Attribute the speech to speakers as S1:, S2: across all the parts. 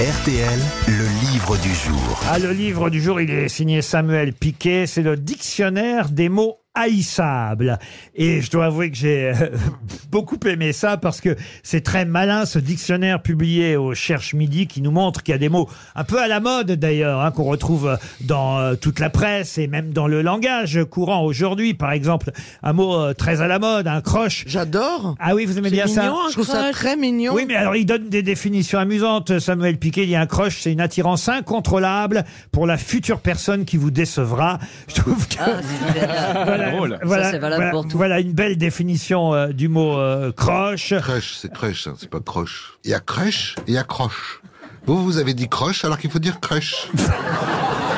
S1: RTL, le livre du jour.
S2: Ah, le livre du jour, il est signé Samuel Piquet. C'est le dictionnaire des mots haïssables. Et je dois avouer que j'ai euh, beaucoup aimé ça parce que c'est très malin ce dictionnaire publié au Cherche Midi qui nous montre qu'il y a des mots un peu à la mode d'ailleurs, hein, qu'on retrouve dans euh, toute la presse et même dans le langage courant aujourd'hui. Par exemple, un mot euh, très à la mode, un croche.
S3: J'adore.
S2: Ah oui, vous aimez
S3: C'est
S2: bien ça
S3: mignon, un Je trouve ça
S4: crush.
S3: très mignon.
S2: oui, mais alors il donne des définitions amusantes. Samuel Piquet, il y a un crush, c'est une attirance incontrôlable pour la future personne qui vous décevra. Je trouve que
S4: Ah, c'est valable.
S2: voilà,
S5: drôle.
S4: Ça, c'est valable
S2: voilà-
S4: pour tout.
S2: voilà une belle définition euh, du mot euh, crush.
S6: Crèche, c'est crèche, hein, c'est pas croche. Il y a crèche et il y a croche. Vous, vous avez dit croche alors qu'il faut dire crèche.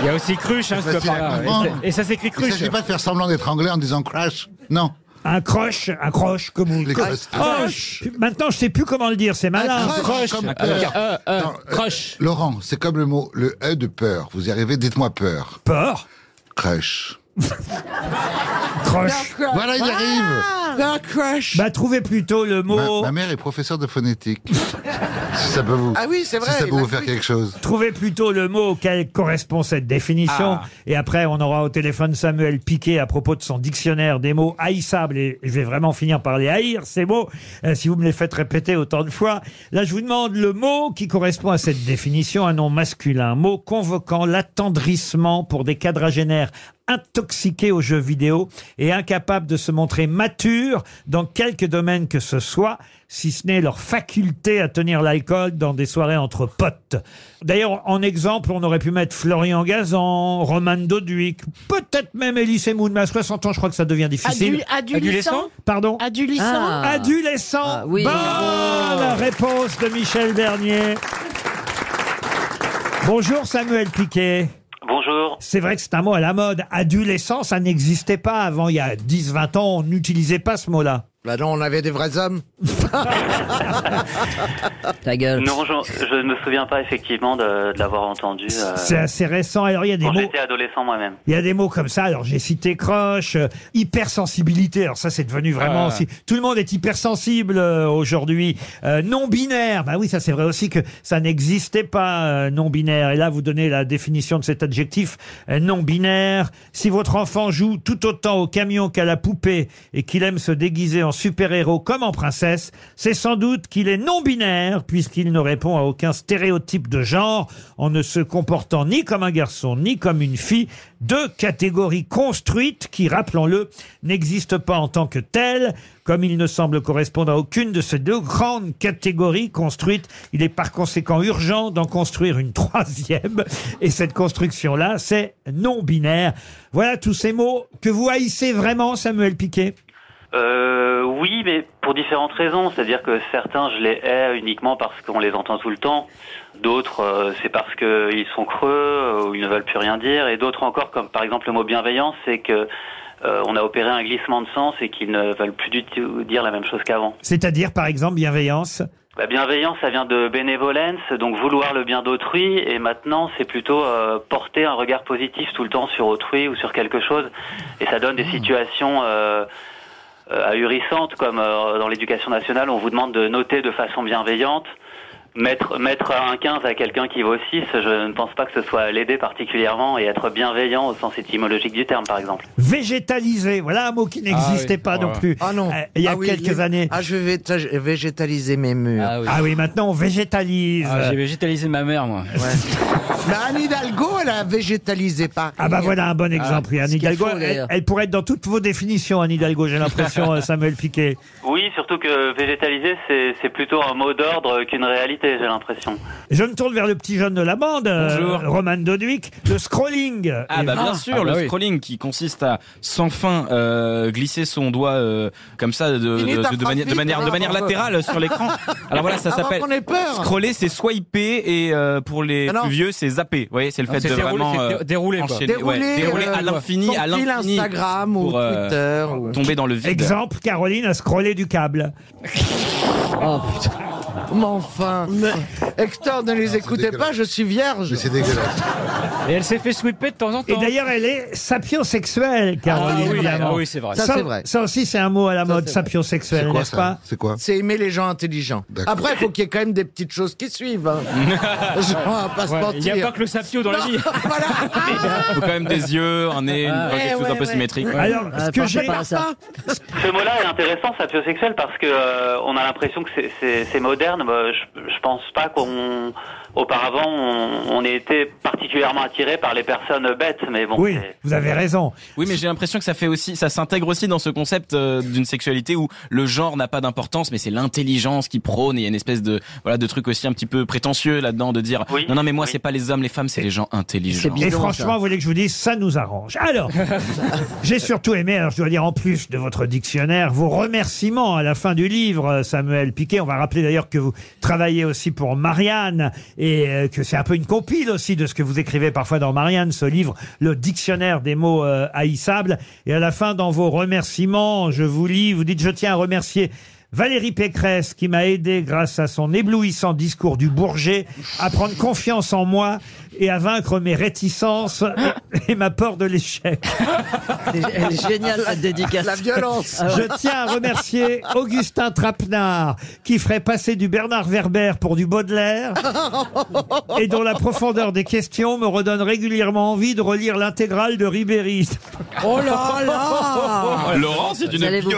S5: Il y a aussi cruche, hein,
S6: C'est
S5: ce
S6: facile à
S5: copain.
S6: comprendre.
S5: Et ça s'écrit
S6: Il ne
S5: cruche.
S6: s'agit pas de faire semblant d'être anglais en disant crash. Non.
S2: Un crush, un crush comme vous.
S6: Les crushes.
S2: Crush. Maintenant, je sais plus comment le dire, c'est malin.
S6: Un crush, comme peur. Non, euh, Laurent, c'est comme le mot, le E de peur. Vous y arrivez, dites-moi peur.
S2: Peur,
S6: Crèche.
S2: crush.
S6: Voilà, il y arrive.
S3: Un crush.
S2: Bah trouvez plutôt le
S6: Ma,
S2: mot.
S6: ma mère est professeure de phonétique. si ça peut vous.
S3: Ah oui, c'est vrai,
S6: Si ça
S3: il
S6: peut
S3: m'a
S6: vous faire
S3: cru.
S6: quelque chose.
S2: Trouvez plutôt le mot auquel correspond cette définition. Et après, on aura au téléphone Samuel Piquet à propos de son dictionnaire des mots haïssables. Et je vais vraiment finir par les haïr, ces mots, euh, si vous me les faites répéter autant de fois. Là, je vous demande le mot qui correspond à cette définition, un nom masculin, mot convoquant l'attendrissement pour des quadragénaires intoxiqués aux jeux vidéo et incapables de se montrer matures dans quelque domaine que ce soit, si ce n'est leur faculté à tenir l'alcool dans des soirées entre potes. D'ailleurs, en exemple, on aurait pu mettre Florian Gazan, Roman Doduic, peut-être même Elise Moon, mais à 60 ans, je crois que ça devient difficile.
S5: Adolescent
S2: Pardon
S3: Adulissant.
S4: Ah.
S2: Adolescent.
S4: Ah, oui. Oh.
S2: Bonne réponse de Michel Bernier. Bonjour Samuel Piquet.
S7: Bonjour.
S2: C'est vrai que c'est un mot à la mode. Adolescent, ça n'existait pas avant. Il y a 10-20 ans, on n'utilisait pas ce mot-là.
S3: Bah non, on avait des vrais hommes.
S4: Ta
S3: Euh,
S4: gueule.
S7: Non, je, je ne me souviens pas effectivement de, de l'avoir entendu euh,
S2: C'est assez récent. Alors, il y a des
S7: quand
S2: mots...
S7: j'étais adolescent moi-même.
S2: Il y a des mots comme ça. Alors j'ai cité croche, euh, hypersensibilité. Alors ça c'est devenu vraiment
S5: Ah.
S2: aussi. Tout le monde est hypersensible euh, aujourd'hui. Euh, non binaire. Bah oui, ça c'est vrai aussi que ça n'existait pas euh, non binaire. Et là vous donnez la définition de cet adjectif euh, non binaire. Si votre enfant joue tout autant au camion qu'à la poupée et qu'il aime se déguiser en super-héros comme en princesse, c'est sans doute qu'il est non binaire puisqu'il ne répond à aucun stéréotype de genre en ne se comportant ni comme un garçon ni comme une fille deux catégories construites qui, rappelons-le, n'existent pas en tant que telles. Comme il ne semble correspondre à aucune de ces deux grandes catégories construites, il est par conséquent urgent d'en construire une troisième. Et cette construction-là, c'est non-binaire. Voilà tous ces mots que vous haïssez vraiment, Samuel Piquet.
S7: Euh, oui, mais pour différentes raisons. C'est-à-dire que certains, je les hais uniquement parce qu'on les entend tout le temps. D'autres, euh, c'est parce qu'ils sont creux euh, ou ils ne veulent plus rien dire. Et d'autres encore, comme par exemple le mot bienveillance, c'est que euh, on a opéré un glissement de sens et qu'ils ne veulent plus du tout dire la même chose qu'avant.
S2: C'est-à-dire, par exemple, bienveillance.
S7: La Bah, bienveillance, ça vient de bénévolence, donc vouloir le bien d'autrui, et maintenant c'est plutôt euh, porter un regard positif tout le temps sur autrui ou sur quelque chose, et ça donne des situations euh, euh, ahurissantes, comme euh, dans l'éducation nationale, on vous demande de noter de façon bienveillante, mettre, mettre un 15 à quelqu'un qui vaut 6, je ne pense pas que ce soit l'aider particulièrement, et être bienveillant au sens étymologique du terme, par exemple.
S2: Végétaliser. Voilà un mot qui n'existait
S5: oui,
S2: pas non
S5: voilà.
S2: plus.
S3: Ah non.
S2: Euh, Il y a
S3: Ah oui,
S2: quelques
S3: les-
S2: années.
S3: Ah, je vais vég- végétaliser mes murs.
S5: Ah oui.
S2: Ah oui, maintenant on végétalise.
S5: Ah, J'ai végétalisé ma mère, moi.
S3: Mais Bah, Anne Hidalgo, elle a végétalisé Paris.
S2: Ah bah voilà un bon exemple. oui, Anne
S4: ce qu'il
S2: Hidalgo,
S4: faut,
S2: elle,
S4: d'ailleurs.
S2: elle pourrait être dans toutes vos définitions, Anne Hidalgo, j'ai l'impression, euh, Samuel Piquet.
S7: Oui, surtout que végétaliser, c'est c'est plutôt un mot d'ordre qu'une réalité, j'ai l'impression.
S2: Je me tourne vers le petit jeune de la bande, euh,
S5: Bonjour.
S2: Roman Doduic, le scrolling.
S5: Ah
S2: Et-
S5: bah bien sûr,
S8: Ah bah
S5: le
S8: oui.
S5: scrolling qui consiste à sans fin euh, glisser son doigt euh, comme ça de, de,
S3: Finis ta
S5: de- de
S3: phrase
S5: manière, de
S3: vite,
S5: manière, de
S3: avant
S5: manière
S3: qu'on-
S5: latérale sur l'écran. Alors voilà, ça
S3: Avant
S5: s'appelle
S3: qu'on ait peur.
S5: scroller, c'est swiper et euh, pour les
S3: Ah non.
S5: plus vieux, c'est zapper. Vous voyez, c'est le fait
S8: Ah, c'est
S5: de
S8: dérouler,
S5: vraiment
S8: c'est
S5: euh,
S8: dé- dérouler, quoi.
S5: enchaîner,
S3: Dérouler,
S5: ouais, dérouler
S3: euh,
S5: à l'infini,
S3: son
S5: à
S3: fil
S5: l'infini,
S3: Instagram ou
S5: pour, euh,
S3: Twitter. ou-
S5: tomber dans le vide.
S2: Exemple, Caroline a scrollé du câble.
S4: Oh putain.
S3: Mais enfin Hector, ne les
S6: c'est
S3: écoutez pas,
S6: dégueulasse.
S3: je suis vierge.
S6: Mais c'est dégueulasse.
S4: Ah.
S8: Et elle s'est fait sweeper de temps en temps.
S2: Et d'ailleurs, elle est sapiosexuelle, Caroline.
S8: oui,
S2: évidemment.
S8: ah oui, c'est vrai.
S3: Ça, c'est vrai.
S2: Ça aussi, c'est un mot à la mode,
S3: c'est vrai.
S6: C'est
S2: sapiosexuel,
S6: quoi
S2: n'est-ce pas
S6: ça C'est quoi
S3: C'est aimer les gens intelligents.
S6: D'accord.
S3: Après, il faut qu'il y ait quand même des petites choses qui suivent. hein. Genre, on va pas se
S8: Ouais,
S3: mentir.
S8: Il n'y a pas que le sapio dans la vie.
S3: Non, voilà.
S5: Il faut quand même des yeux, un nez, une
S4: Ah,
S5: voix, quelque chose
S3: ouais,
S5: un peu
S3: ouais.
S5: symétrique.
S2: Alors,
S4: Ah,
S2: ce que
S4: pensez
S2: j'ai...
S4: pas à ça.
S7: Ce mot-là est intéressant, sapiosexuel, parce que euh, on a l'impression que c'est- c'est c'est moderne. Bah, je, je pense pas qu'on. Auparavant, on, on était particulièrement attiré par les personnes bêtes, mais bon.
S2: Oui,
S7: c'est-
S2: vous avez raison.
S5: Oui, mais j'ai l'impression que ça fait aussi, ça s'intègre aussi dans ce concept euh, d'une sexualité où le genre n'a pas d'importance, mais c'est l'intelligence qui prône. Et il y a une espèce de voilà de truc aussi un petit peu prétentieux là-dedans de dire
S7: Oui.
S5: non non mais moi
S7: Oui.
S5: c'est pas les hommes, les femmes, c'est les gens intelligents.
S4: bien.
S2: Et
S4: Dis donc,
S2: franchement,
S4: ça.
S2: vous voulez que je vous dise, ça nous arrange. Alors, j'ai surtout aimé, alors je dois dire en plus de votre dictionnaire, vos remerciements à la fin du livre, euh, Samuel Piquet. On va rappeler d'ailleurs que vous travaillez aussi pour Marianne et euh, que c'est un peu une compile aussi de ce que vous écrivez parfois dans Marianne, ce livre, le dictionnaire des mots euh, haïssables. Et à la fin, dans vos remerciements, je vous lis, vous dites, je tiens à remercier Valérie Pécresse, qui m'a aidé grâce à son éblouissant discours du Bourget à prendre confiance en moi et à vaincre mes réticences et ma peur de l'échec.
S4: Elle est géniale, cette dédicace.
S3: La violence.
S2: Je tiens à remercier Augustin Trapenard, qui ferait passer du Bernard Werber pour du Baudelaire et dont la profondeur des questions me redonne régulièrement envie de relire l'intégrale de Ribéry.
S3: Oh là là
S5: Laurent, c'est
S4: Vous allez, vous,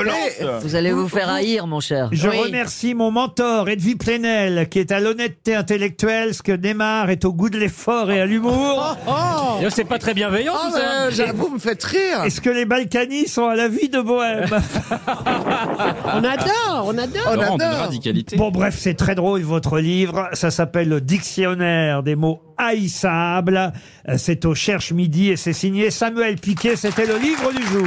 S4: vous allez vous faire haïr, mon cher.
S2: Je
S4: Oui.
S2: remercie mon mentor, Edwy Plenel, qui est à l'honnêteté intellectuelle, ce que Neymar est au goût de l'effort et à l'humour.
S3: Oh,
S8: D'ailleurs, C'est pas très bienveillant
S4: Ah,
S3: Oh,
S8: tout ça.
S3: mais J'avoue, vous me faites rire.
S2: Est-ce que les Balkany sont à la vie de Bohème
S3: On adore, on adore. On
S5: Laurent, d'une
S3: adore.
S5: radicalité.
S2: Bon, bref, c'est très drôle votre livre. Ça s'appelle Le Dictionnaire des mots haïssables. Euh, C'est au Cherche Midi et c'est signé Samuel Piquet. C'était le livre du jour.